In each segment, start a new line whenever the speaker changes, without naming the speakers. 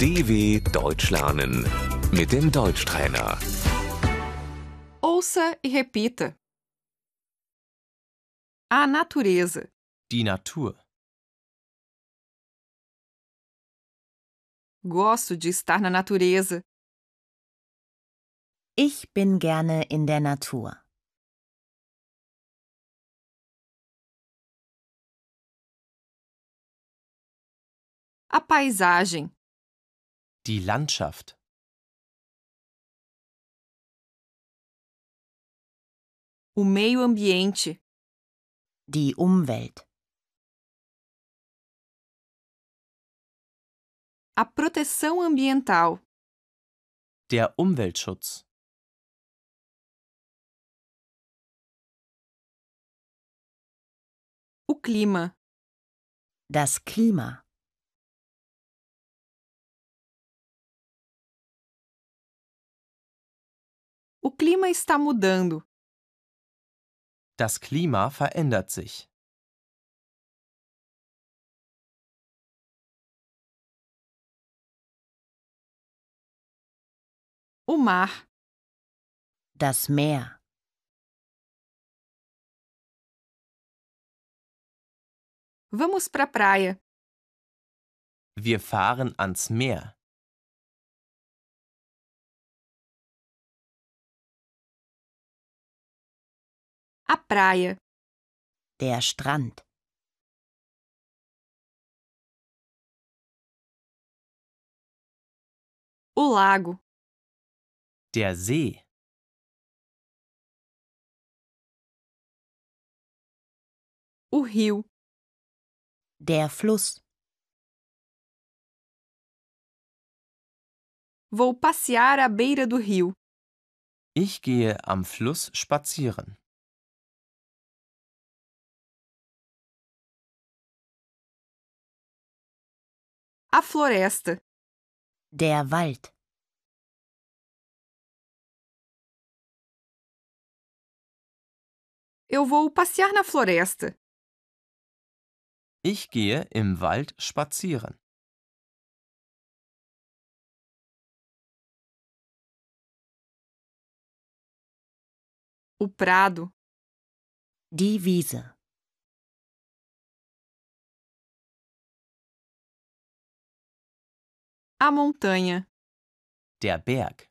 DW Deutsch lernen mit dem Deutschtrainer.
Ouça e repita. A natureza,
Die Natur.
gosto de estar na natureza,
Ich bin gerne in der Natur.
a paisagem,
Die Landschaft.
o meio ambiente,
Die Umwelt.
a proteção ambiental,
Der Umweltschutz.
o clima,
Das Klima.
o clima está mudando,
Das Klima verändert sich.
o mar,
Das Meer.
vamos pra praia,
Wir fahren ans Meer.
a praia,
Der Strand.
o lago,
Der See.
o rio,
Der Fluss.
vou passear à beira do rio,
Ich gehe am Fluss spazieren.
a floresta,
Der Wald.
eu vou passear na floresta,
Ich gehe im Wald spazieren.
o prado,
Die Wiese.
a montanha,
Der Berg.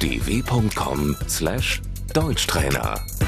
dw.com/deutschtrainer